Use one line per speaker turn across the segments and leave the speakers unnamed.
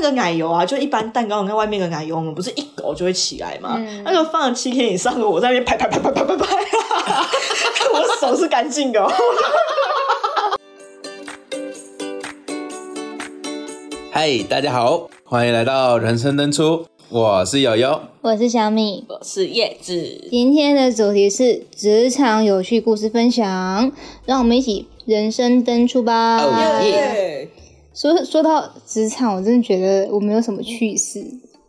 个奶油啊，就一般蛋糕跟外面的奶油，我们不是一狗就会起来嘛？那个放了七天以上的，我在那边拍拍拍拍拍拍拍，我手是干净的、哦。
嗨，大家好，欢迎来到人生登出，我是友友。
我是小米。
我是叶子，
今天的主题是职场有趣故事分享，让我们一起人生登出吧。
哦耶
对，
说说到职场，我真的觉得我没有什么趣事，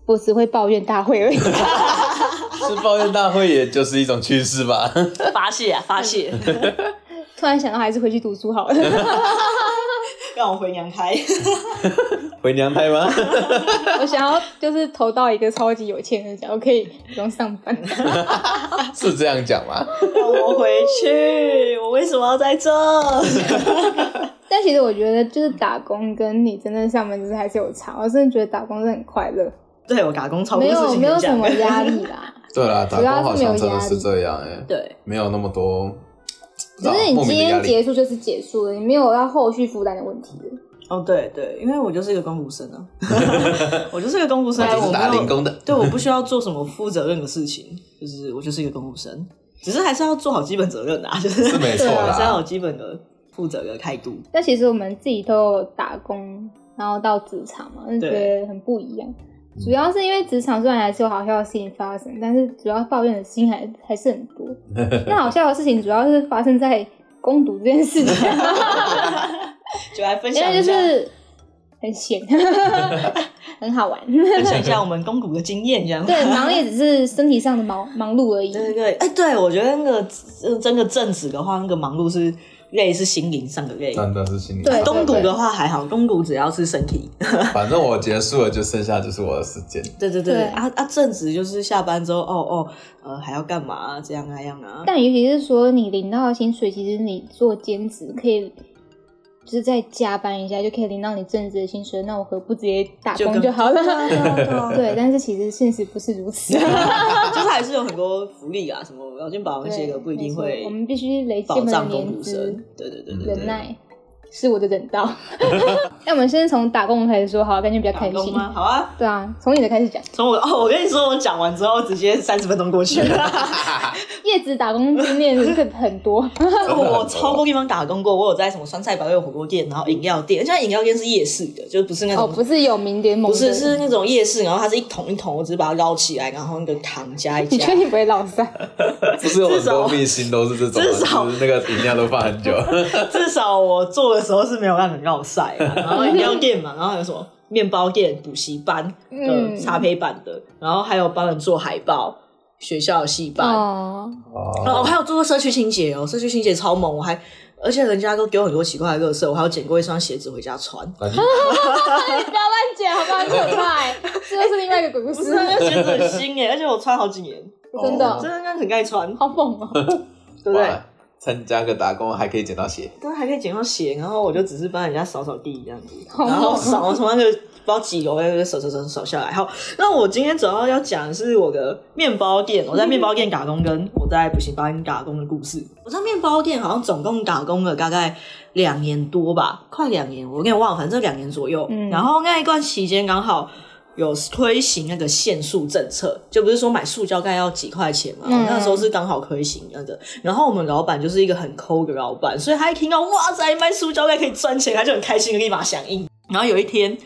我只会抱怨大会 而已。
是抱怨大会，也就是一种趋势吧。
发泄啊，发泄，
突然想到还是回去读书好了，
让我回娘胎。
回娘胎吗？
我想要就是投到一个超级有钱人家，我可以不用上班。
是这样讲吗？
让我回去，我为什么要在这？
但其实我觉得就是打工跟你真正上班就是还是有差，我真的觉得打工是很快乐，
对我打工超多
没
事
有
情
没
可
有
以
什
讲
么压力啦。
对啦，打
主要是
工好
没
像真
有
的
压力
是这样哎、欸，
对，
没有那么多，
只是你
莫
今
名的压
天
力。
结束就是结束了，你没有要后续负担的问题了。
哦，对对，因为我就是一个公读生 啊，我就是一个公读生啊，
我就是
我
打
没有
零工的，
对，我不需要做什么负责任的事情，就是我就是一个公务生，只是还是要做好基本责任啊，就是
是没错啦
还是要有基本的负责的态度。
但其实我们自己都有打工，然后到职场嘛，就觉得很不一样。主要是因为职场虽然还是有好笑的事情发生，但是主要抱怨的事情还还是很 多。那好笑的事情主要是发生在攻读这 件事情，
就来分
因
享
为就
一下，
是很闲， 很好玩。
分享一下我们公读的经验，这样。
对，忙也只是身体上的忙忙碌而已。
对对对，哎，对我觉得那个呃真的正职的话，那个忙碌是累，是心灵上的累。
真的是心里。
对
公读的话还好，公读只要是身体。
反正我结束了，就剩下就是我的时间。
对对对，
对
啊啊，正职就是下班之后，哦哦，呃，还要干嘛啊？这样那样啊？
但尤其是说你领到的薪水，其实你做兼职可以，就是再加班一下就可以领到你正职的薪水，那我何不直接打
就
工
跟
就好了？
对啊对啊
对，但是其实现实不是如此。
就是还是有很多福利啊，什么劳健保那些
对
的不一定
没
会
错我们必须累积
保
我们的
障公
年
读
资
生，，对对对对对，
忍耐是我的忍 道。那我们先从打工开始说好，感觉比较
打
开
工
心。
吗？好啊，
对啊，从你的开始讲，
从我哦，我跟你说，我讲完之后直接三十分钟过去 了。
叶子打工经验是很 多，
我超多地方打工过，我有在什么川菜百味火锅店，然后饮料店，现在饮料店是夜市的，就不是那种、
嗯哦，不是有名联盟
不是
的，
是那种夜市，然后它是一桶一桶，我只是把它捞起来，然后那个糖加一
你
加
确。定不会老三？
不是有很
至少
多明星都是 这种吗，啊
至少
就是那个饮料都放很久。
至少我做的时候是没有让人绕晒 啊。然后饮料店嘛，然后还有什么面包店、补习班，呃，
嗯
茶杯版的，然后还有帮人做海报，学校的戏班，
哦，
哦，我
哦，
还有做过社区清洁哦，社区清洁超猛，我还而且人家都给我很多奇怪的垃圾，我还有捡过一双鞋子回家 穿。
反正
哎不要乱讲，好不好？很可怕、欸， 这又是另外一个鬼故
不
事
是，，那个鞋子很新耶，而且我穿好几年，
真
哦
真
的
的那很爱穿，
好猛哦、
对不对？
哇参加个打工还可以捡到鞋，
但还可以捡到鞋，然后我就只是帮人家扫扫地这样子，
好
然
猛哦
后扫从那个不知道几楼那个扫扫扫扫下来。好，那我今天主要要讲的是我的面包店，我在面包店打工跟我在补习班打工的故事。我在面包店好像总共打工了大概两年多吧，快两年，我有点忘了，反正两年左右。
嗯
然后那一段期间刚好。有推行那个限塑政策，就不是说买塑胶袋要几块钱嘛？
嗯
那时候是刚好推行那个，然后我们老板就是一个很抠的老板，所以他一听到哇塞卖塑胶袋可以赚钱，他就很开心，立马响应。然后有一天，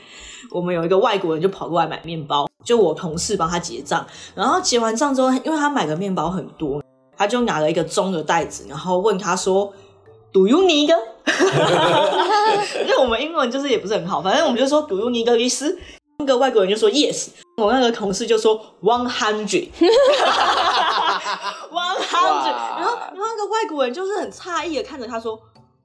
我们有一个外国人就跑过来买面包，就我同事帮他结账，然后结完账之后，因为他买的面包很多，他就拿了一个中的袋子，然后问他说：“Do you need？” a？” 因为我们英文就是也不是很好，反正我们就说 “Do you need a 意思，那个外国人就说 “Yes”，我那个同事就说 “One hundred”。one hundred，
哇
然后然后那个外国人就是很诧异的看着他说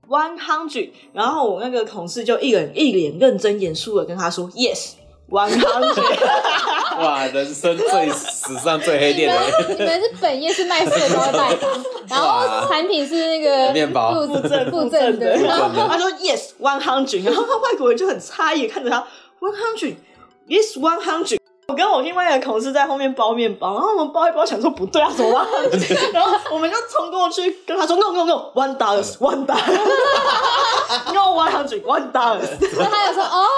one hundred，然后我那个同事就一脸一脸认真严肃的跟他说 yes one hundred，
哇，人生最史上最黑
你
店
们
的，
你们是本业是卖塑胶袋的， 然后产品是那 个
面包
附
正
附
正
赠
的，
的，
然后 他说 yes one hundred，然后他外国人就很诧异地看着他 one hundred yes one hundred。我跟我另外一个同事在后面包面包，然后我们包一包，想说不对啊，怎么办？ 然后我们就冲过去跟他说 no no no one dollars one dollar， No one hundred one dollars。
然后他有说哦，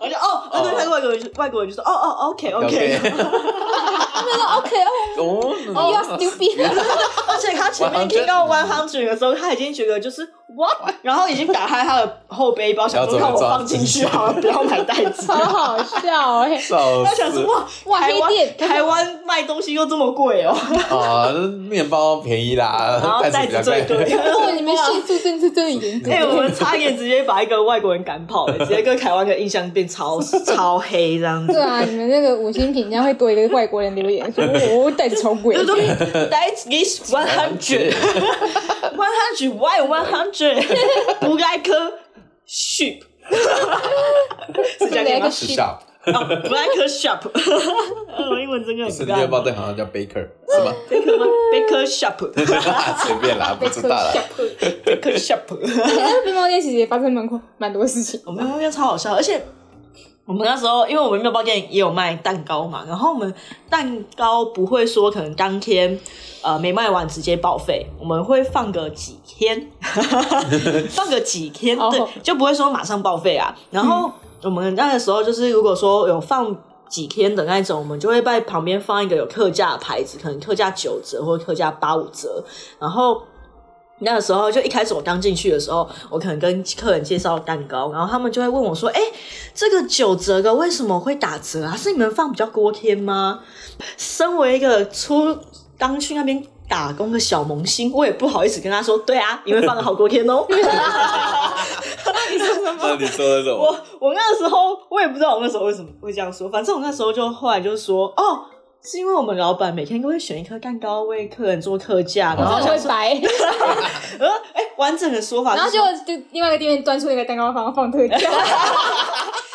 我就哦，啊对，他是外国人，外国人就说哦哦，OK OK，
他们说 OK 哦，You are
哦，
stupid，
而且他前面听到 one hundred 的时候，他已经觉得就是 what，然后已经打开他的后背包，想说
要怎么
让我
抓
放进去好了，不要买袋子
超。好笑哎。
笑
他想
死
说哇
哇
台湾
黑店
台湾卖东西又这么贵哦，
啊！面包便宜啦，
然后
袋
袋
子比
子
较
最
贵。
贵。
哇，你们迅速政策真的严格
哎、。我们差一点直接把一个外国人赶跑了，直接跟台湾的印象变超超黑这样
对
子。
啊，你们那个五星评价会多一个外国人留言说，哦我袋子超贵
就。 说 That's this one hundred one hundred why one hundred 布莱克 sheep 是这样念吗？哦
是笑，
啊，布莱克 shop，我英文真的很
圣
烂
面包店好像叫 baker 是吧？
贝克吗？贝克 shop，
随便啦，不知道啦。
贝克 shop。
哎那面包店其实也发生蛮蛮多事情。
我们面包店超好笑，而且我们那时候，因为我们面包店也有卖蛋糕嘛，然后我们蛋糕不会说可能当天呃没卖完直接报废，我们会放个几天， 放个几天，对
哦，
就不会说马上报废啊。然后我们那个时候就是如果说有放。几天的那种，我们就会在旁边放一个有特价的牌子，可能特价九折或特价八五折，然后那个时候就一开始我刚进去的时候，我可能跟客人介绍蛋糕，然后他们就会问我说：“哎、这个九折的为什么会打折啊？是你们放比较锅贴吗？”身为一个初刚去那边打工的小萌新，我也不好意思跟他说：“对啊，因为放了好锅贴 哦。”
那你说的什么？
我我那个时候我也不知道我那时候为什么会这样说，反正我那时候就后来就说：“哦，是因为我们老板每天都会选一颗蛋糕为客人做特价，然后
真
想
的会
说，
白，
呃，哎、完整的说法是
然后
说，
结果就另外一个店员端出那个蛋糕放放特价，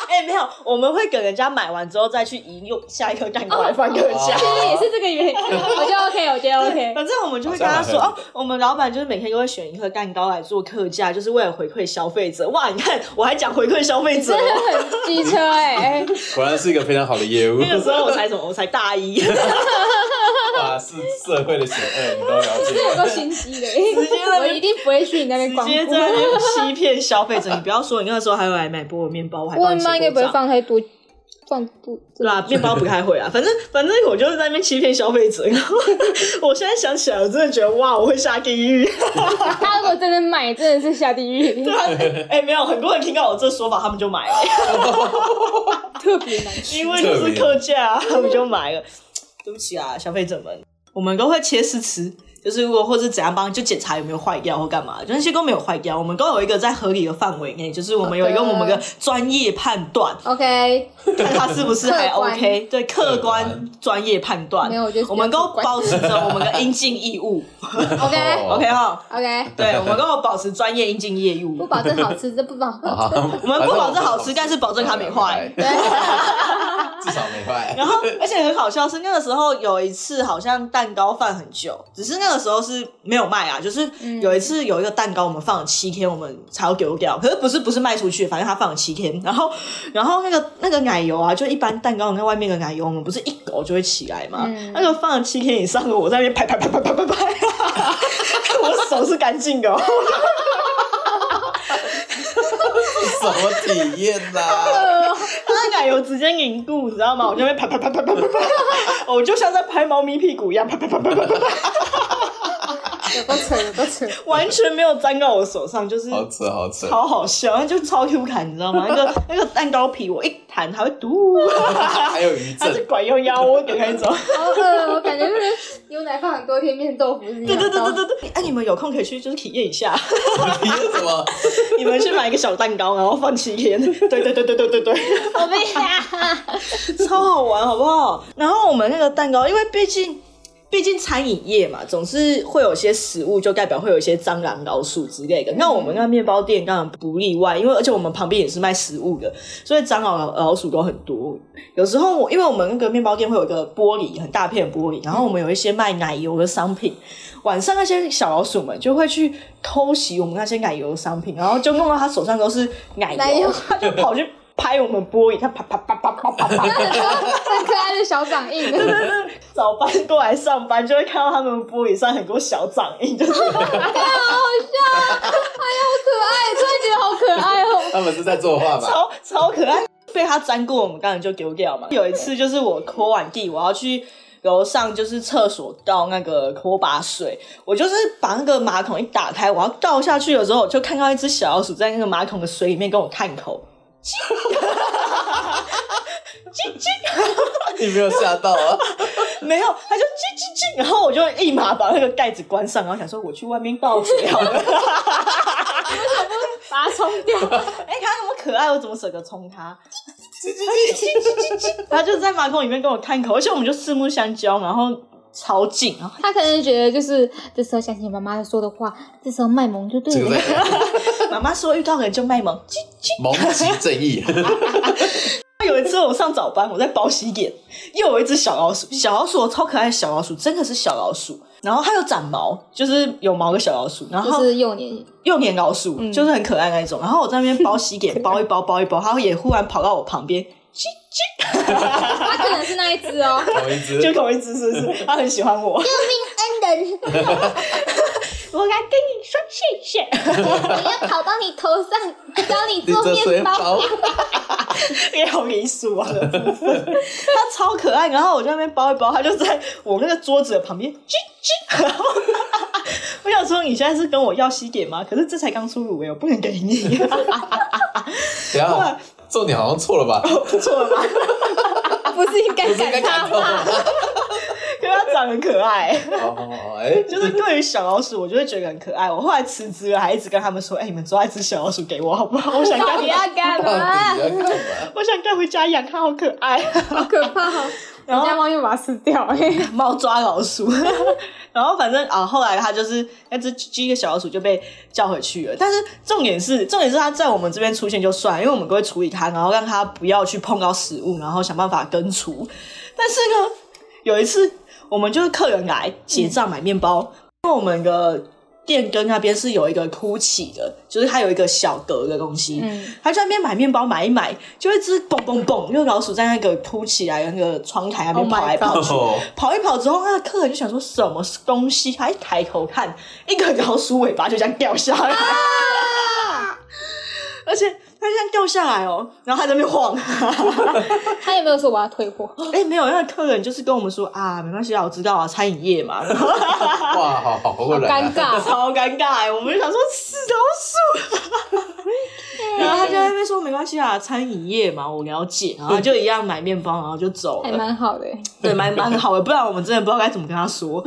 哎、没有，我们会给人家买完之后再去移用下一颗蛋糕来放客
哦
家。
其实也是这个原因。我觉得 OK，我觉得 OK。
反正我们就会跟他说
好像
哦，我们老板就是每天都会选一颗蛋糕来做客价，就是为了回馈消费者。哇，你看我还讲回馈消费者
真， 的很机车 哎、
果然是一个非常好的业务
那 个时候我才什么？我才大一，直
啊，是社会的险恶，你都了
真 的有
解。
够心机的、欸，我一定不会去你那边光
接
顾。
在那边欺骗消费者。你不要说你那个时候还有来买菠萝面包，我还
我
帮你
很妈应该
写过
不
账。
会放太多，放多
对啦，面包不太会啦，啊反正反正我就是在那边欺骗消费者。然后我现在想起来，我真的觉得哇，我会下地 狱。
他如果真的买，真的是下地狱，
对啊，哎、没有，很多人听到我这说法，他们就买了，
特别难吃。
因为就是特价、他 们就买了。对不起啊，消费者们，我们都会切试吃，就是如果或是怎样帮，就检查有没有坏掉或干嘛，就那些都没有坏掉，我们都有一个在合理的范围内，就是我们有一个
好的
我们的专业判 断，
OK，
看它是不是还
客观
OK，对，客
客
观专业判断。
没有我觉得
我们都
比较主观
保持着我们的应尽义务
OK，
哦
，OK 哈。
OK，
对，我们都保持专业应尽义务
不。保证好吃，这 不保证。
啊
我们不保证好吃，但是保证它没 坏。，
至少没坏。
然后，而且很好笑是那个时候有一次，好像蛋糕放很久，只是那个时候是没有卖啊。就是有一次有一个蛋糕，我们放了七天，我们才要丢掉。可是不是不是卖出去，反正它放了七天。然后，然后那个那个奶油啊，就一般蛋糕那外面的奶油，我们不是一狗就会起来嘛？
嗯
那个放了七天以上的，我在那边拍拍拍拍拍拍拍，我手是干净的、哦。
什么体验 呐？
它的奶油直接凝固，你知道吗？我就会啪啪啪啪啪啪啪，我就像在拍猫咪屁股一样，啪啪啪啪啪啪，
有够扯，有够扯。
完全没有沾到我手上，就是
好吃好吃，
超好笑，那就超 Q 弹，你知道吗？那个那个蛋糕皮我一弹，它会嘟，啊
还有余
它 是
震，
拐用腰窝的那种。
好饿，我感觉就是牛奶放很多天变豆腐是一
对
样的
对对对对对，哎，你们有空可以去就是体验一下，
体验 什么？
你们去买一个小蛋糕，然后放七天， 对对对对对对对，
好 被吓。
超好玩，好不好？然后我们那个蛋糕，因为毕竟。毕竟餐饮业嘛，总是会有些食物，就代表会有一些蟑螂、老鼠之类
嗯
的。那我们那面包店当然不例外，因为而且我们旁边也是卖食物的，所以蟑螂、老老鼠都很多。有时候我因为我们那个面包店会有一个玻璃，很大片的玻璃，然后我们有一些卖奶油的商品，晚上那些小老鼠们就会去偷袭我们那些奶油的商品，然后就弄到他手上都是奶油，
奶油
他就跑去拍我们玻璃，他啪啪啪啪啪啪啪。
很可爱的小掌印，
早班过来上班，就会看到他们玻璃上很多小掌印，就是
好好笑，哎呀，好可爱突然觉得好可爱哦。
他们是在作画吧？
超超可爱。被他沾过，我们当然就丢掉嘛。有一次就是我抠完地，我要去楼上就是厕所倒那个抠把水，我就是把那个马桶一打开，我要倒下去的时候，我就看到一只小老鼠在那个马桶的水里面跟我探口，叽叽叽，
你没有吓到啊？
没有，它就叽叽叽，然后我就立马把那个盖子关上，然后想说我去外面倒水好了。
把它冲掉，
哎、它那么可爱，我怎么舍得冲它？他就在马桶里面跟我看口，而且我们就四目相交，然后超近，啊然后
他可能觉得就是这时候想起妈妈说的话，这时候卖萌就对
这个
了。
在
妈妈说遇到人就卖萌。
萌极正 义，
有一次我上早班，我在包洗脸，又有一只小老鼠，小老鼠超可爱的小老鼠，真的是小老鼠。然后它有长毛，就是有毛的小老鼠，然
就
后
是幼年，
幼年老鼠，
嗯
就是很可爱那一种。然后我在那边包洗 脸，包一包包一包，它也忽然跑到我旁边，
他可能是那一只哦。
同一只
就同一只是不
嗯
是？它很喜欢我，
恩人，
我来跟你说谢谢。
你要跑到你头上，教你
你这水包，
也有民俗啊的部分，它超可爱。然后我就在那边包一包，它就在我那个桌子的旁边，啾啾。然后啊我想说，你现在是跟我要西点吗？可是这才刚出炉哎，我不能给你，啊
等一 下重点好像错了 吧？
不错吧？
啊不是应该
不是应该
赶他
感动
吗？
吗？
因为它长得很可爱，
好好好，哎，
就是对于小老鼠，我就会觉得很可爱。我后来辞职了，还一直跟他们说：“哎、你们抓一只小老鼠给我好不好？我 想
到
带
底
回，
要干
到底要
嘛？
干 嘛？
我想带回家养，它好可爱。”
好可怕哦！
然后
人家猫又把它吃掉 哎。
猫抓老鼠，然后反正啊，后来它就是那只鸡个小老鼠就被叫回去了。但是重点是，重点是它在我们这边出现就算，因为我们都会处理它，然后让它不要去碰到食物，然后想办法根除。但是呢，有一次我们就是客人来结账买面包，因为我们的店根那边是有一个凸起的，就是它有一个小格的东西，
嗯，
他在那边买面包买一买，就一只蹦蹦蹦，因为老鼠在那个凸起来的那个窗台那边
Oh my
跑来跑
God
去
哦
跑一跑之后，那个客人就想说什么东西，他一抬头看，一个老鼠尾巴就这样掉下来， 而且它就这样掉下来哦，然后还在那边晃。
他有没有说我要退货？
哎、没有，那个客人就是跟我们说啊，没关系啊，我知道啊，餐饮业嘛， 然后
哇，好好过
好
来
尴
啊，
尬。
超尴尬哎，我们就想说死老鼠，然后他就在那边说没关系啊，餐饮业嘛，我了解，然后他就一样买面包，然后就走
还
了，
蛮 好的欸，
对，蛮蛮好的，不然我们真的不知道该怎么跟他说，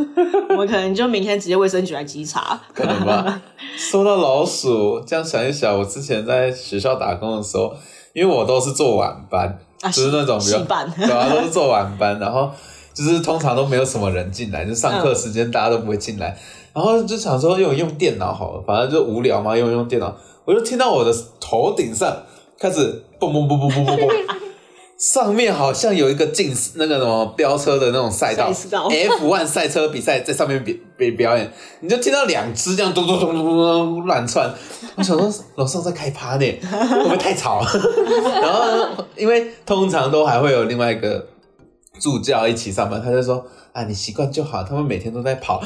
我们可能就明天直接卫生局来稽查，
可能 吧。说到老鼠，这样想一想，我之前在学校打工的时候，因为我都是做晚班，
啊
就是那种比较
戏班
对啊，都是做晚班，然后就是通常都没有什么人进来，就上课时间大家都不会进来，然后就想说用用电脑好了，反正就无聊嘛，用用电脑，我就听到我的头顶上开始蹦蹦蹦蹦蹦蹦蹦。上面好像有一个竞那个什么飙车的那种赛道
赛道
f 1赛车比赛在上面表表表演，你就听到两只这样咚咚咚咚咚咚乱窜，我想说楼上在开趴呢，会不会太吵？然后呢，因为通常都还会有另外一个助教一起上班，他就说啊，你习惯就好，他们每天都在跑。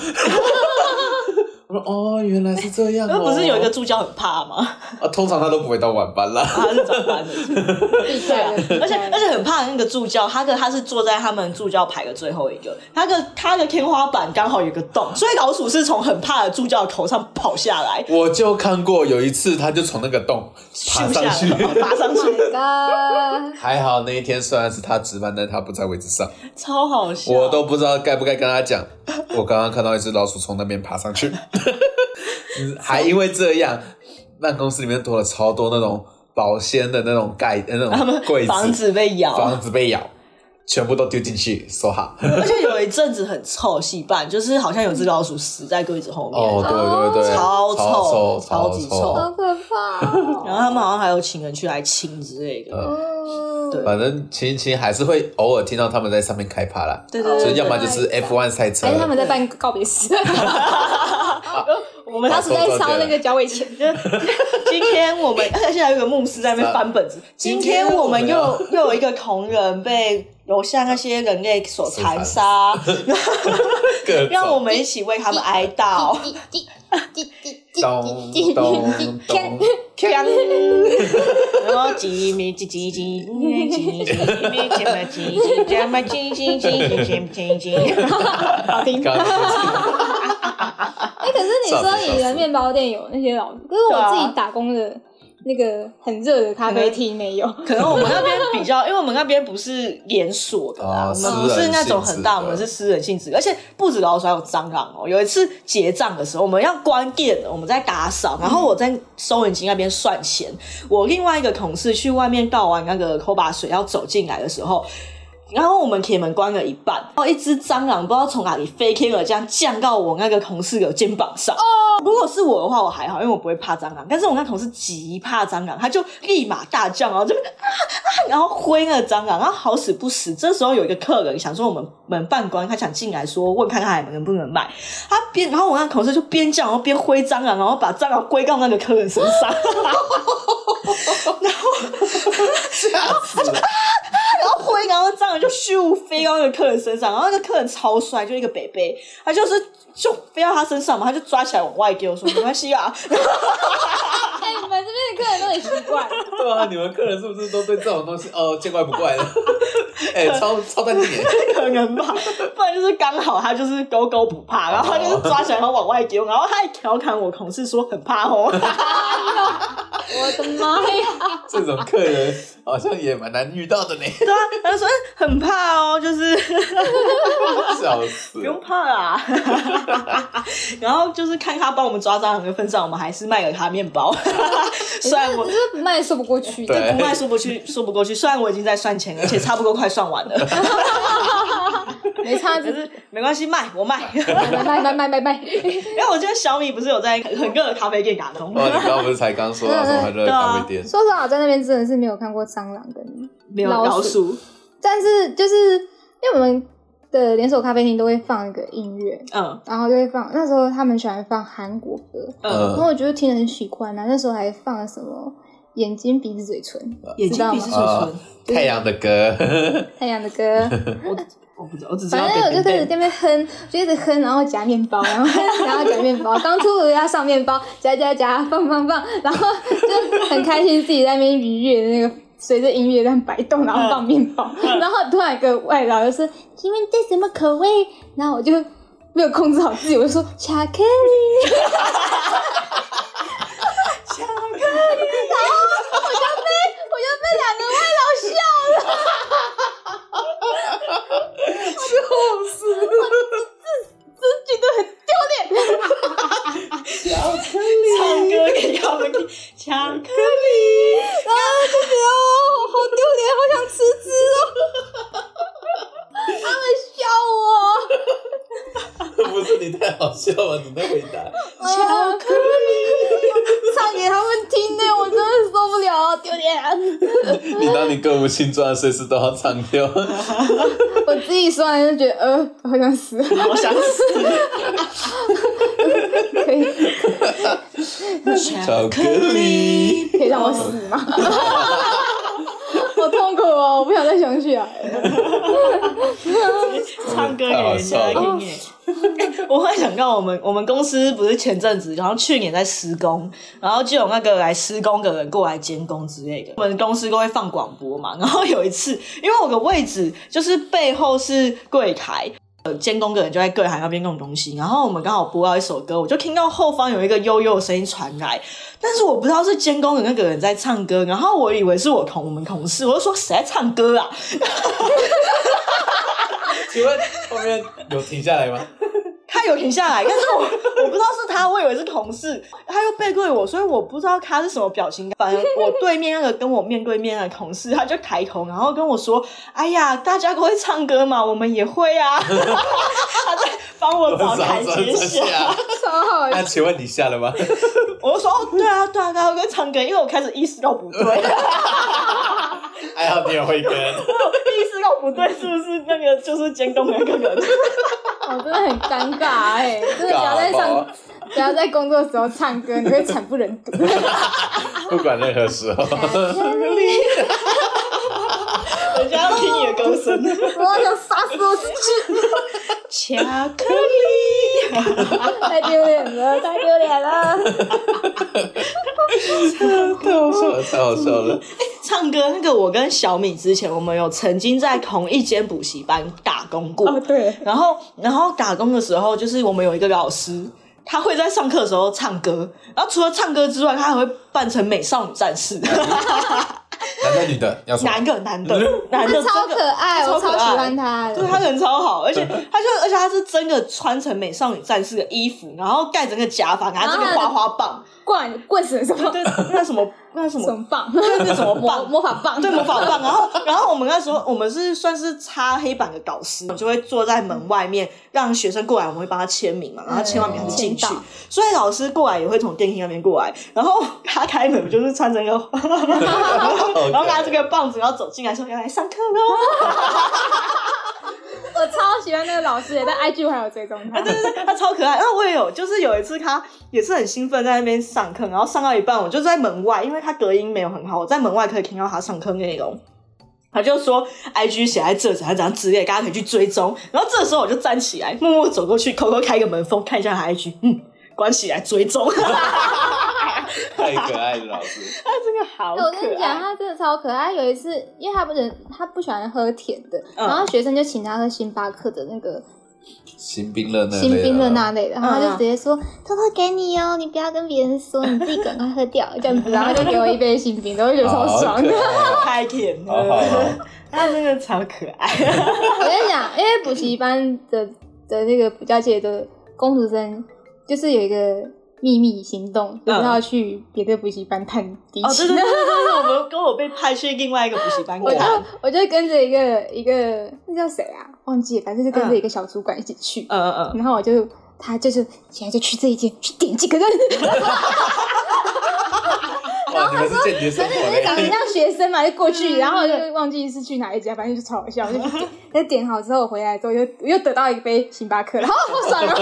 我说哦，原来是这样
那
哦。
不是有一个助教很怕 吗？
啊，通常他都不会到晚班啦。
他是早班的，啊
避开了，
而且
避开了
而且很怕那个助教，他的他是坐在他们助教排的最后一个，他的他的天花板刚好有个洞，所以老鼠是从很怕的助教头上跑下来，
我就看过有一次，他就从那个洞爬
咻下
上去。
来，爬上去，
My God
还好那一天虽然是他值班，但他不在位置上，
超好笑。
我都不知道该不该跟他讲。我刚刚看到一只老鼠从那边爬上去， 嗯还因为这样，办公室里面多了超多那种保鲜的那种盖、呃那种柜子、
房子被咬，
房子被咬，全部都丢进去收好。
而且有一阵子很臭，戏办就是好像有只老鼠死在柜子后面，
哦，对对对，
超
臭，
臭超
超
级
好
臭
可怕哦。
然后他们好像还有请人去来清之类的。
嗯
哦
对
反正亲一亲还是会偶尔听到他们在上面开趴啦，
对对
所
对
以要
对，哎
么就是 F1 赛车
还，哎是他们在办告别式，
我们
他
当
只
时
在烧那个脚尾钳。
今天我们，而且还有一个牧师在那边翻本子。今天我们又又有一个同仁被楼下那些人类所残杀，
各种
让我们一起为他们哀悼。
滴滴滴滴滴
咚咚咚锵，
然后吉米吉吉吉吉吉吉吉米吉嘛吉吉吉嘛吉吉吉吉吉吉，好听。
刚刚
哎、可是你
笑死
说你
笑
的
死
面包店有那些老，可是
对啊
我自己打工的那个很热的咖啡厅没有。
可能我们那边比较，因为我们那边不是连锁的啦，
哦
我们不是那种很大，
私人性质的
我们是私人性质，而且不止老鼠还有蟑螂哦。有一次结账的时候，我们要关店了，我们在打扫，然后我在收银机那边算钱，我另外一个同事去外面倒完那个抠把水要走进来的时候。然后我们铁门关了一半，然后一只蟑螂不知道从哪里飞天而降，降到我那个同事的肩膀上。如果是我的话，我还好，因为我不会怕蟑螂。但是我那同事极怕蟑螂，他就立马大叫，然后就啊啊，然后挥那个蟑螂，然后好死不死，这时候有一个客人想说我们门半关，他想进来说问看看还能不能买。他边，然后我那同事就边叫，然后边挥蟑螂，然后把蟑螂挥到那个客人身上。
吓死了，
然后挥，然后啊蟑螂就咻飞到那个客人身上，然后那个客人超帅，就一个北北，他就是就飞到他身上嘛，他就抓起来往外丢，说没关系啊，
哎、你们这边的客人都很奇怪，
对啊，你们客人是不是都对这种东西哦见怪不怪 了？哎，超超淡定耶，
可能吧， 不然就是刚好他就是狗狗不怕，然后他就是抓起来然后往外丢，然后他还调侃我同事说很怕哦，
我的妈呀！
这种客人好像也蛮难遇到的呢，
对啊，他就说很怕哦，就是。
笑死
不。用怕啦。 然后就是看他帮我们抓蟑螂的份上，我们还是卖给他面包。 虽然我
这不卖也说不过去。
对
不卖说不去，说不过去。虽然我已经在算钱，而且差不多快算完了，
没差，
可
只
是
是
没关系，卖我卖。
拜拜拜拜拜拜。
因为我觉得小米不是有在很热的咖啡店打工
哇，，哦你刚刚不是才刚说到什么热咖啡店？
说实话，我在那边真的是没有看过蟑螂跟，
没有老
老
鼠，
但是就是因为我们的连锁咖啡厅都会放一个音乐，
嗯
然后就会放那时候他们喜欢放韩国歌，
嗯，
呃
然后我觉得听得很喜欢啊。那时候还放了什么眼睛、鼻子、嘴唇，
眼
知
睛
道
鼻
吗
子嘴
啊
唇，，
太阳的歌，
太阳的歌。
我我不知道，我只知道
反
贝
正我就
贝
开始
贝。
在那边哼，我就一直哼，然后夹面包，然后哼，然后夹面包。刚出炉要上面包，夹夹夹，放放放，然后就很开心自己在那边愉悦的那个。随着音乐在摆动，然后放面包，然后突然一个外劳就说：“请问这什么口味？”然后我就没有控制好自己，我就说：“巧克力。”
巧克力
我就被我就被两个外劳笑了，笑死！我就觉得很丢脸。
唱歌给他们 听，巧克力。
然后就觉得哦，好丢脸，好想辞职哦。他们笑我，
不是你太好笑了，你的回答。
巧克力，呃唱给他们听呢，我真的受不了，丢脸。
你当你歌舞青壮，随时都要唱掉。
我自己说完就觉得，呃，好想死，
好想死！
可以
巧克力，
可以让我死吗？ 我痛苦哦，我不想再想起来了。
唱歌给人家听耶。 我忽然想到，我们我们公司不是前阵子，然后去年在施工，然后就有那个来施工的人过来监工之类的。我们公司都会放广播嘛， 然后有一次，因为我的位置就是背后是柜台。呃监工的人就在柜台那边弄东西，然后我们刚好播到一首歌，我就听到后方有一个悠悠的声音传来，但是我不知道是监工的那个人在唱歌，然后我以为是我同我们同事，我就说谁在唱歌啊？
请问后面有停下来 吗？
他有停下来，但是我我不知道是他，我以为是同事，他又背对我，所以我不知道他是什么表情。反正我对面那个跟我面对面的同事，他就抬头，然后跟我说：“哎呀，大家都会唱歌嘛，我们也会啊。”他在帮我找台阶下。
下。
超好
那请问你下了 吗？
我就说：“哦，对啊，对啊，他会唱歌，因为我开始意识到不对，
还好你有慧根。
意识到不对，是不是那个就是监工的那个人？”
我、哦真的很尴尬哎、真的不要在上，不要在工作的时候唱歌，你会惨不忍睹。
不管任何时候，
人家要听你的歌声，
我好想杀死我自己。
巧克力。
啊太丢脸了，太丢脸了。
太好笑了，太好笑了。
唱歌那个，我跟小米之前我们有曾经在同一间补习班打工过，
哦，对，
然后，然后打工的时候，就是我们有一个老师，他会在上课的时候唱歌，然后除了唱歌之外，他还会扮成美少女战 士，
男的女的要说
男的男的男的
他
真
超
的
可爱，
他
我
超
超
可爱
喜欢他
对啊
的。
他人超好，而且他就而且他是真的穿成美少女战士的衣服，然后盖着那个假发，拿着那个滑滑棒，
棍棍子什么
对，那什么那什
什
么
么棒，
那什么
魔
棒。
魔法棒，
对魔法棒，然后然后我们那时候我们是算是擦黑板的导师，我们就会坐在门外面，让学生过来，我们会帮他签名嘛，然后千万不要进去
签到。
所以老师过来也会从电梯那边过来，然后他开门就是穿着一个， 然后拿这个棒子，然后走进来说要来上课喽。
我超喜欢那个老师的，但 IG 我还有追踪
哎
他。
他超可爱。然后我也有，就是有一次他也是很兴奋在那边上课，然后上到一半，我就在门外，因为他隔音没有很好，我在门外可以听到他上课内容。他就说 I G 写在这怎样怎样之类，大家可以去追踪。然后这时候我就站起来，默默走过去，偷偷开个门缝看一下他 I G，嗯，关起来追踪。
太可爱了，老师。
他真的好
我跟你
可
讲，
爱。
他真的超可爱。有一次，因为他不能，他不喜欢喝甜的，
嗯
然后学生就请他喝星巴克的那个
新兵乐那类
新冰的那
的
类的，然后他就直接说：“偷偷给你哦，你不要跟别人说，你自己赶快喝掉。”这样子，然后就给我一杯新冰的，我就觉得超
好
爽 哎的
可。爱哦
太甜
好好好
了，他真的超可爱。
我跟你讲，因为补习班的的那个补教界的公主生，就是有一个秘密行动，就是要去别的补习班探敌
哦，对
情
对对。对对，我们跟我被派去另外一个补习班
我就
看。
我就跟着一个一个那叫谁啊，忘记了，反正就跟着一个小主管一起去，
嗯嗯嗯，
然后我就他就是现在就去这一间去点这个，但是
哇，你们是间谍生
反正 就
活
是长得
嘞！
像学生嘛，就过去，
嗯
然后我就忘记是去哪一家，反正就是超好 笑，我就点，那点好之后我回来之后又又得到一杯星巴克，然后好爽啊！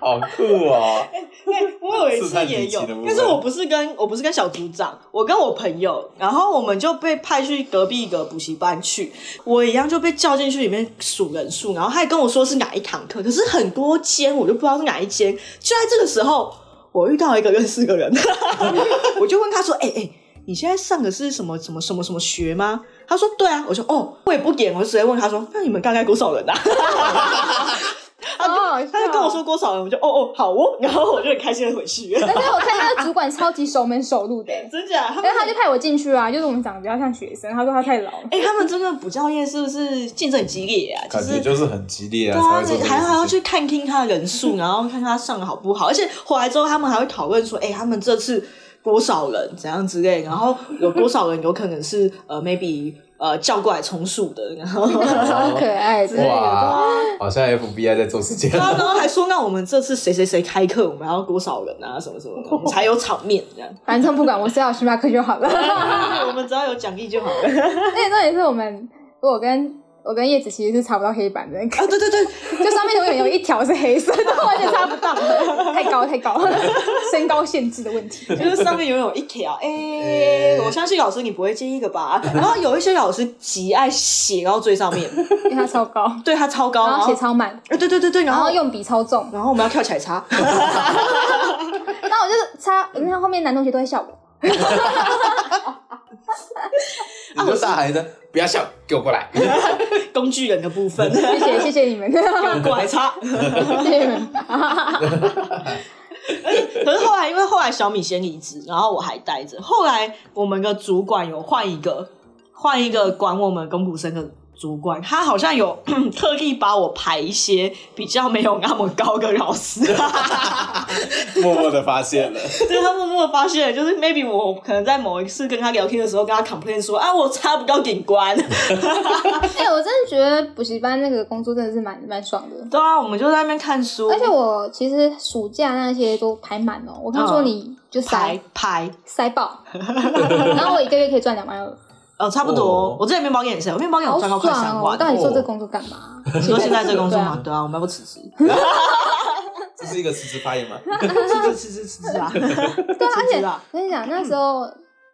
好酷哦！
对，哎我有一
刺
次
探
也
敌情
有
的部，
但是
分
我不是跟我不是跟小组长，我跟我朋友，然后我们就被派去隔壁一个补习班去，我一样就被叫进去里面数人数，然后他还跟我说是哪一堂课，可是很多间我就不知道是哪一间。就在这个时候，我遇到一个认识的人， 我就问他说：“哎、哎、你现在上的是什么什么什么什么学吗？”他说：“对啊。”我说：“哦，我也不点，我就直接问他说：‘那你们大概多少人啊？’” 他就
好好笑
他就跟我说多少人，我就哦哦好哦， 然后我就很开心的回去。
但是我看那个主管超级熟门熟 路的、欸，
真假？哎他们
然后他就派我进去啊，就是我们长得比较像学生，他说他太老了。
哎、他们真的补教业是不是竞争很激烈啊？就
感
是
觉就是很激烈
对
啊，
啊，
才会做
你
这个
还还要
事情
去看听他的人 数，然后看他上的好不好，而且回来之后他们还会讨论说，哎、他们这次多少人怎样之类，然后有多少人有可能是呃 maybe 呃叫过来重数的，然 后
超可爱的，
哇，
啊
好像 FBI 在做事情。
然后然后还说，那我们这次谁谁谁开课，我们要多少人啊，什么什么的， 我们才有场面这样，
反正不管我是要星巴克就好 了。
我们只要有奖励就好 了。啊
而且重点是我们，我跟我跟叶子其实是查不到黑板的，
啊，对对对，
就上面永远有一条是黑色的，完全查不 到，太高太高， 身高限制的问题。
就是上面拥有一条，哎、我相信老师你不会介意的吧？然后有一些老师极爱写到最上面，
因为他超高，
对他超高，
然
然
后
后
写超慢，
哎对对对对，然
然后
后
用笔超 重，
然后我们要跳起来擦，
然欸后我就是擦，你看后面男同学都在笑我，
你就大喊一声：“不要笑，给我 过来
工具人的部分，
谢谢谢谢你 们，
过来擦。
谢谢你们。
可是后来因为后来小米先离职，然后我还待着，后来我们的主管有换一个换一个管我们公股生的。主管他好像有 特地把我排一些比较没有那么高的老师，！”
默默的发现了，
对他默默地发现，就是 maybe 我可能在某一次跟他聊天的时候，跟他 complain 说啊，我插不到顶冠。
哎，我真的觉得补习班那个工作真的是蛮蛮爽的。
对啊，我们就在那边看书，
而且我其实暑假那些都排满了，我跟你说
嗯
你就塞
排排
塞爆，然后我一个月可以赚两万 二，
呃差不多。
哦
我之前面包给你谁？我面包给我
好
赚到快
爽
三
哦！我
万。
到底做这
哦
个工作干 嘛？
你说现在这工作
对
吗
啊？
对啊，我们要不辞职？
这是一个辞职发言吗？
辞职辞职辞 职啊！对
而且
啊，
我跟你讲，那时候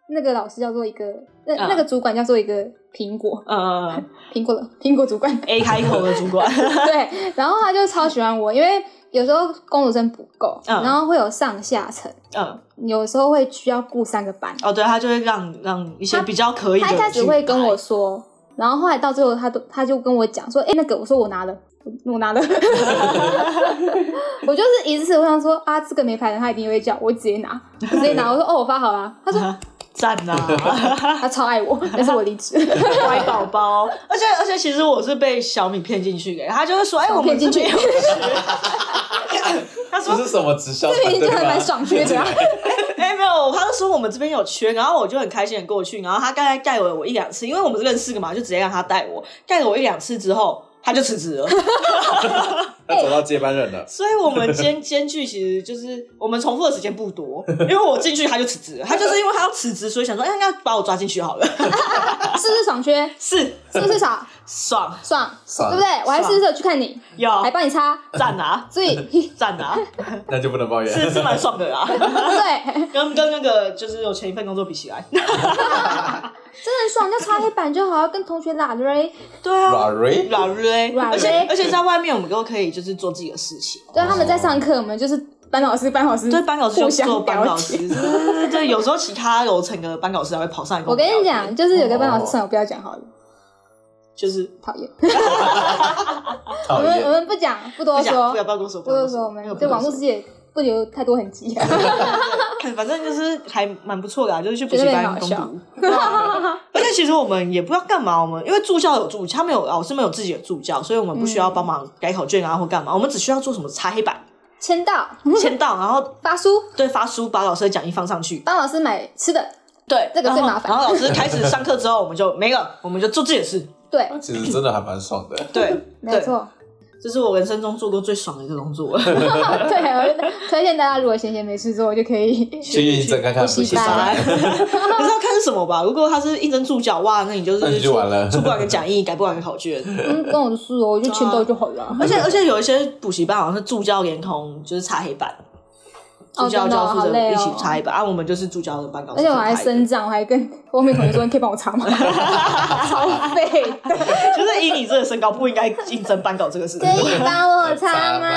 那个老师叫做一个，那
嗯
那个主管叫做一个苹果，
呃
苹果的苹果主管，
，A 开头的主管，
对，然后他就超喜欢我，因为有时候工读生不够，
嗯
然后会有上下层，
嗯，
有时候会需要雇三个班。
哦，对，他就会让让一些
他
比较可以的
他一开始
去
会跟
排
我说，然后后来到最后，他都他就跟我讲说，哎、那个，我说我拿了，我我拿了， 我就是一次，我想说啊，这个没排的，他一定会叫我直接拿，我直接拿，我说哦，我发好了，他说
赞呐、
他超爱我，但是我离职，
乖宝宝。而且而且，其实我是被小米骗进去的，他就会说：“哎、我们
骗
这
进去
边有学。”他说
这是什么直销
这
团
明明
队
就还
吗
蛮？爽缺的啊、
哎、 没有，他就说我们这边有缺，然后我就很开心的过去，然后他刚才带我我一两次，因为我们是认识的嘛，就直接让他带我，带了我一两次之后，他就辞 职了。
他找到接班人了，
所以我们间间距其实就是我们重复的时间不多，因为我进去他就辞职了，他就是因为他要辞职，所以想说，哎、那把我抓进去好了，
是不是爽缺？
是
是不是爽
爽
爽？
爽
对不对？我还试着去看你，
有
还帮你擦，
赞啊！
所以
赞啊，
那就不能抱怨。
是是蛮爽的啦，
对，
跟跟那个就是我前一份工作比起来，
真的爽，就擦黑板就好，跟同学打雷。
对啊，
Rory，
软瑞，
软
而且
瑞
而且在外面我们都可以就是做自己的事情，
对，他们在上课，我们就是班老师，班老师
对班导师就
互相
做班导
了
师，
解。
对对对对，有时候其他楼层的班导师还会跑上来
我
我
跟
们
你
聊
讲，
天，
就是有个班老师，
哦
算了，我不要讲好了，
就是
讨厌。我
讨
们我
厌。
们不讲，不多
不讲，
说
不要，不要跟我说，
不多
要
说，我
那个
们
不
对
要
网络世界不留太多痕迹。
反正就是还蛮不错的、啊，就是去补
觉
习
得很
班
好
攻
笑
读。啊而且其实我们也不知道干嘛，我们因为助教有助，他们有老师们有自己的助教，所以我们不需要帮忙改考卷啊或干嘛，我们只需要做什么擦黑板、
签到
签到，然后
发书，
对发书把老师的讲义放上去。
帮老师买吃的，
对，
这个最
然后
麻烦
然后老师开始上课之后，我们就没了，我们就做自己的事。
对，
其实真的还蛮爽的，
对，
没有
对，
错，
这是我人生中做过最爽的一个工作了。
对，我推荐大家如果闲闲没事做，就可 以
去应征看看
补习
班
班
可 是要看是什么吧。如果他是应征助教，哇，那你就是
那你就完了
出不完个讲义，改不完个考 卷。
嗯跟我说，我就签到就好了。
而且而且有一些补习班好像是助教连同就是擦黑板，助
哦
教
真
就
的哦
要负
好
责
累
一
哦
起擦黑板，啊，我们就是助教的班导
而
师
且
分
我
开的，
还生长，我还跟后面同学说：“你可以帮我擦吗？” 超废的，
就是以你这个身高不应该应征班导这 个事情
可。以帮我擦
擦
吗
吗？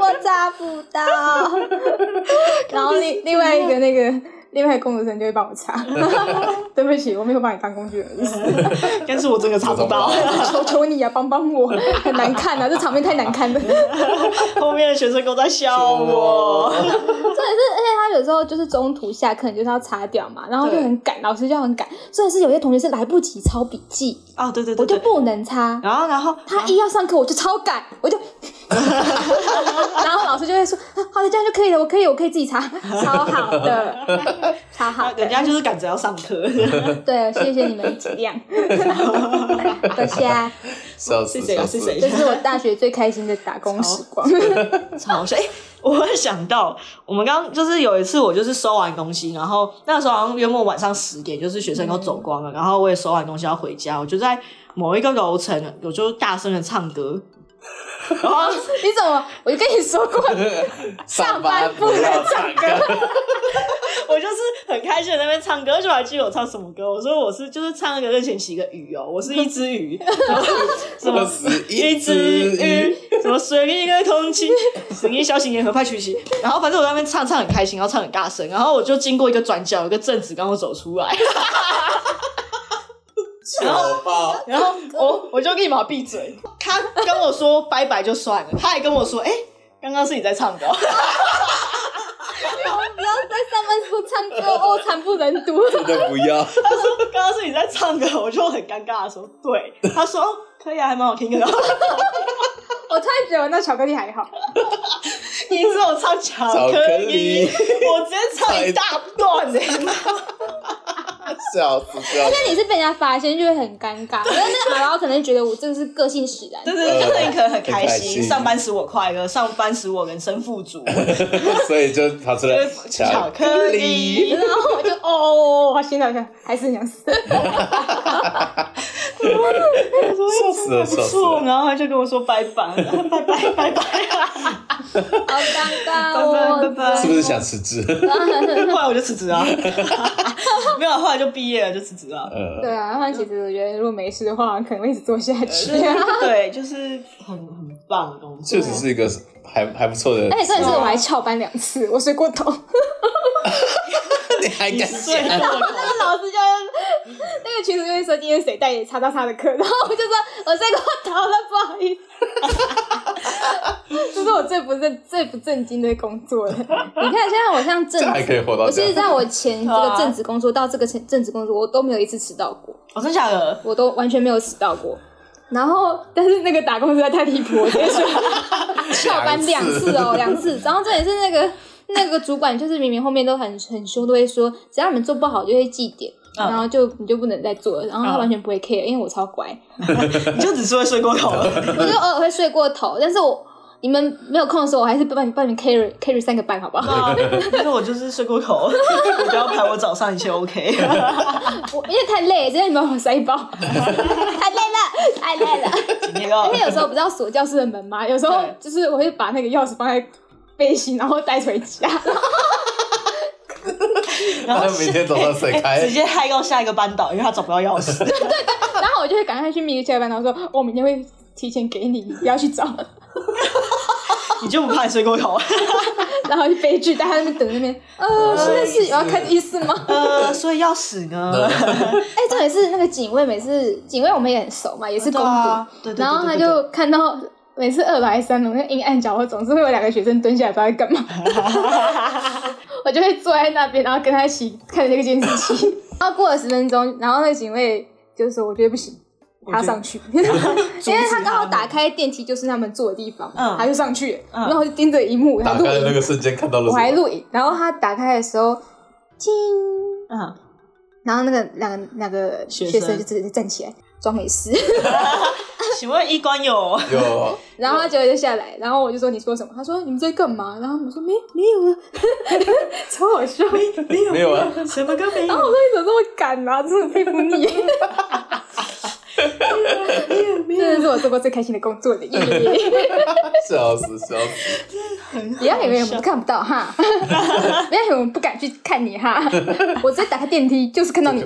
我擦不到。 然后另另外一个那个另外一个工读生就会帮我擦。对不起，我没有把你当工具人的意思，
但是我真的查不到，
求求你啊，帮帮我，很难看啊，这场面太难看了。
后面的学生都在笑 我。
重点是，而且他有时候就是中途下课，你就是要擦掉嘛，然后就
对
很赶，老师就很赶。重点是有些同学是来不及抄笔记，
哦，对对
我
对对，
就不能擦。
然后然后
他一要上课我就超赶，我就，然后老师就会说，啊好的，这样就可以了，我可以，我可以自己查，超好的，超好的
人，家就是赶着要上 课。
对，谢谢你们体谅，多谢啊，
笑
是
死
谁啊
笑
是
死！
谁
这是我大学最开心的打工时光，
超好笑！哎、我会想到我们刚就是有一次，我就是收完东西，然后那时候好像约莫晚上十点，就是学生都走光了，然后我也收完东西要回家，我就在某一个楼层，我就大声的唱歌，然后
你怎么？我就跟你说过，
上班不要唱歌，
我就是很开心的在那边唱歌，而且我还记得我唱什么歌，我说我是就是唱那个任贤齐的雨哦，我是一只 鱼，然后什么
我是
一
一
只
只
鱼
鱼，
什么水里的空气，水里小型联合派曲奇。然后反正我在那边唱唱很开心，然后唱很大声，然后我就经过一个转角，有个正子刚我走出来，
糗爆！
然后我我就立马闭嘴。他跟我说拜拜就算了，他还跟我说，哎、刚刚是你在唱的哦、
不要在上班时候唱歌哦，惨不忍睹。
真的不要，
他说刚刚是你在唱歌，我就很尴尬的说对。 他说哦 可以啊，还蛮好听的。然后
我突然觉得那巧克力还好，
你知道我唱巧
巧克
力，
力
我直接唱一大段欸 呢、
笑死笑死！
那你是被人家发现就会很尴尬，但是那个姥姥可能觉得我这是个性使然，
对对对，就是你可能很开
很开
心，
心
上班使我快
呃
乐，上班使我人生富 足，
所以就跑出来
巧克力。
哦然后我就哦，我心想想，还是想死。
笑哎
死了
不
笑死了
错，然后他就跟我说拜 拜，拜拜拜拜，
好尴尬哦，
拜拜拜拜
是不是想辞职？
后来我就辞职 啊，没有，后来就毕业了就辞职了。
呃，
对啊，那其实我觉得如果没事的话，可能会一直做下去。
对，呃就是很很棒的工作，
确实是一个还还不错的
而，且真的是我还翘班两次，我睡过头。
你还
你
敢
是最
讲？
后
那个老师就那个群主就会说今天谁带叉叉叉的课，然后我就说我睡过头了，不好意思。这是我最不正最不正经的工作了。你看，现在我像正
这样还可以活到
我
这
其实
样？
在我前这
啊
个正职工作到这个前正职工作，我都没有一次迟到过，
哦，真假的？
我都完全没有迟到过。然后，但是那个打工实在太离谱，我直接说 翘班两次哦，两次。然后这也是那个那个主管，就是明明后面都很很凶，都会说只要你们做不好就会记点，
嗯
然后就你就不能再做了。然后他
嗯
完全不会 care，因为我超乖，
你就只是会睡过头了，
我就偶尔会睡过头，但是我。你们没有空的时候，我还是帮你帮你们 carry carry 三个班，好不好？
但是我就是睡过头，我就要排我早上一切 OK。
我因为太累，今天你帮我塞一包， 太累了，太累了。
你要
哎因为有时候不是要锁教室的门吗？有时候
对
就是我会把那个钥匙放在背心，然后带回 家。
然后
他明天早上谁开
直接嗨到下一个班导，因为他找不到钥 匙。
然后我就会赶快去密切班，然后说我明天会提前给你，你不要去找。
你就不怕你睡过头？
然后就悲剧，大家在那边等那边，呃，现在是有要开的意思吗？
呃，所以钥匙
呃
呢？
哎，重点是那个警卫，每次警卫我们也很熟嘛，也
对
是公读，
啊对对对
然后他
对对
就看到。每次二楼还是三楼那阴暗角落，总是会有两个学生蹲下来不知道在干嘛， 我就会坐在那边，然后跟他一起看着那个监视器。 然后过了十分钟，然后那个警卫就说：“我觉得不行，
觉
他
得
上 去，因为
阻
他
止
刚好
他们
打开电梯就是他们坐的地方，
嗯
他就上去了，
嗯
然后我就盯着荧幕，然
打
后录
开的那
影，
个瞬间看到了
我还
什么？
录影。然后他打开的时候，叮，
嗯，
然后那个两个两个
学
学
生
生就直接站起来装没事，
请问一关有？
有
然后他结果就下来，然后我就说你说什么？他说你们在干嘛？然后我说没没有 啊，超好笑。
没有
没有啊？
什么歌没
然后
有？
我说你怎么这么敢啊？真的很佩服你，
没有没有，
这是我做过最开心的工作的耶耶 耶！
笑死笑死！
不要以为我们看不到哈，不要以为我们不敢去看你哈，我直接打开电梯就是看到 你，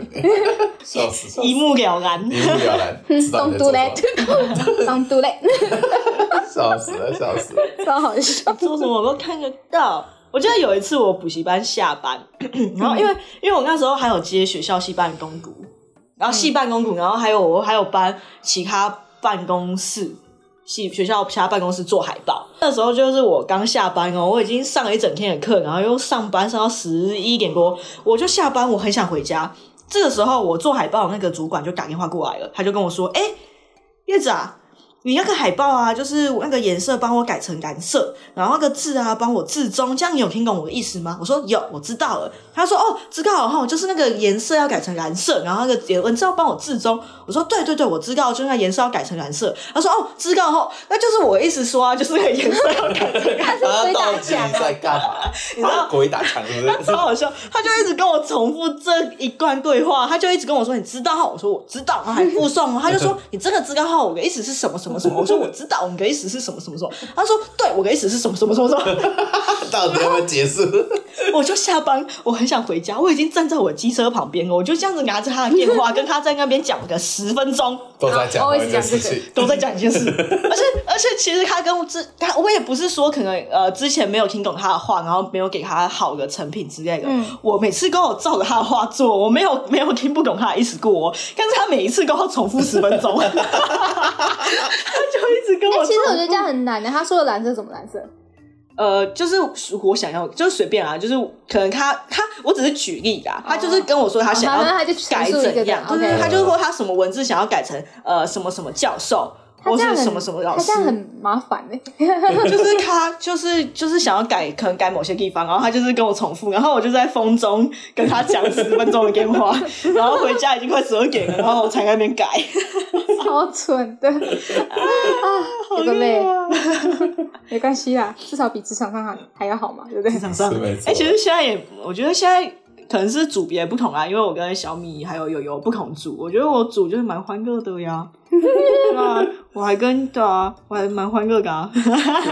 笑死！笑死
一目了然。
一目了然，知道你
中
在做
毒
什
嘞
么，
中毒嘞，
笑死了，笑死了！
超好笑。
做什么我都看得到。我记得有一次我补习班下班，然后因为因为我那时候还有接学校系办公股，然后系办公股，然后还有我还有帮其他办公室。系学校其他办公室做海报，那时候就是我刚下班哦，我已经上了一整天的课，然后又上班上到十一点多，我就下班，我很想回家。这个时候我做海报的那个主管就打电话过来了，他就跟我说：“哎、叶子啊，你那个海报啊，就是我那个颜色帮我改成蓝色，然后那个字啊帮我字中，这样你有听懂我的意思吗？我说有，我知道了。他说哦，知道了哈，就是那个颜色要改成蓝色，然后那个文字要帮我字中。我说对对对，我知道，就是那颜色要改成蓝色。他说哦，知道哈，那就是我的意思说啊，就是那个颜色要改成蓝色。
他到底在干嘛？你
知道
鬼打墙是不是
超？好笑，他就一直跟我重复这一段对话，他就一直跟我说你知道哈，我说我知道，然后还附送哦，他就说你真的知道哈，我的意思是什么什么什么，我说我知道，我们的意思是什么什么什么，他说对，我的意思是什么什么什么什么，
到底要不要结束？
我就下班，我很想回家，我已经站在我机车旁边了，我就这样子拿着他的电话跟他在那边讲个十分钟。
都在讲同一件事情。
都在讲一件 事，而且而且，其实他跟我之他，我也不是说可能呃之前没有听懂他的话，然后没有给他好的成品之类的。
嗯
我每次跟我照着他的话做，我没有 没有听不懂他的意思过哦，但是他每一次跟我重复十分钟，他就一直跟我
哎，
重复。
其实我觉得这样很难的。他说的蓝色什么蓝色？
呃，就是我想要，就是随便啊，就是可能他他，我只是举例啦，他就是跟我说他想要
哦他他就
改
陈述一个
怎样，
这
对对对，
样
OK
他就是说他什么文字想要改成呃什么什么教授。
他
或
这
是
样很
什么什么老
他
师
这，样很麻烦呢。
就是他就是就是想要改，可能改某些地方，然后他就是跟我重复，然后我就在风中跟他讲十分钟的电话，然后回家已经快十二点了，然后我才在那边 改，
超蠢 的啊，有个累， 没关系啦，至少比职场上还还要好嘛，对不对？
上上
是没错
哎、其实现在也，我觉得现在可能是组别不同啊，因为我跟小米还有友友不同组，我觉得我组就是蛮欢乐的呀。对啊，我还跟对啊，我还蛮欢乐的 啊。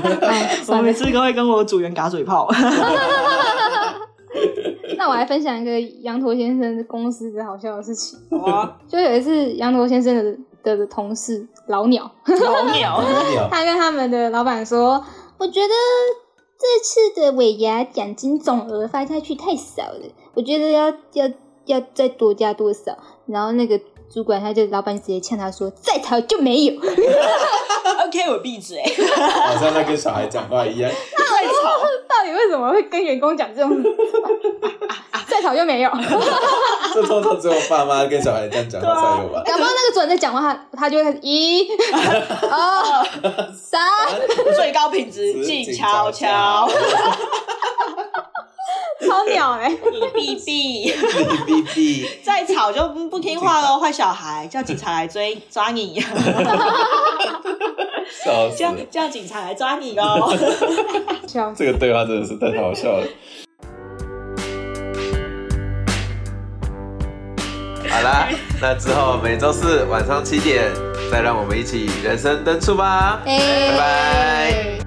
我每次都会跟我组员打嘴炮。
那我来分享一个羊驼先生公司的好笑的事情。
哇，
就有一次，羊驼先生的的同事老鸟，
老鸟，
鸟
他跟他们的老板说：“我觉得这次的尾牙奖金总额发下去太少了，我觉得要要要再多加多少。”然后那个主管他就老板直接呛他说：“再讨就没有。
OK，我闭嘴。
好像在跟小孩讲话一样。
太吵，”
到底为什么会跟员工讲这种？ 再讨就没有。
这通常只有爸妈跟小孩这样讲话才有 吧？
然后那个主人在讲话，他他就会开始 一、二、三，
最高品质，静悄悄，
超鸟哎、欸！
你闭闭，
哔哔哔，
再吵就不不听话喽，坏小孩，叫警察来追抓你，
笑死
叫
了！
叫警察来抓你哦。
笑死
这个对话真的是太好笑了。 好啦，那之后每周四晚上七点，再让我们一起人生登出吧，
哎
拜拜。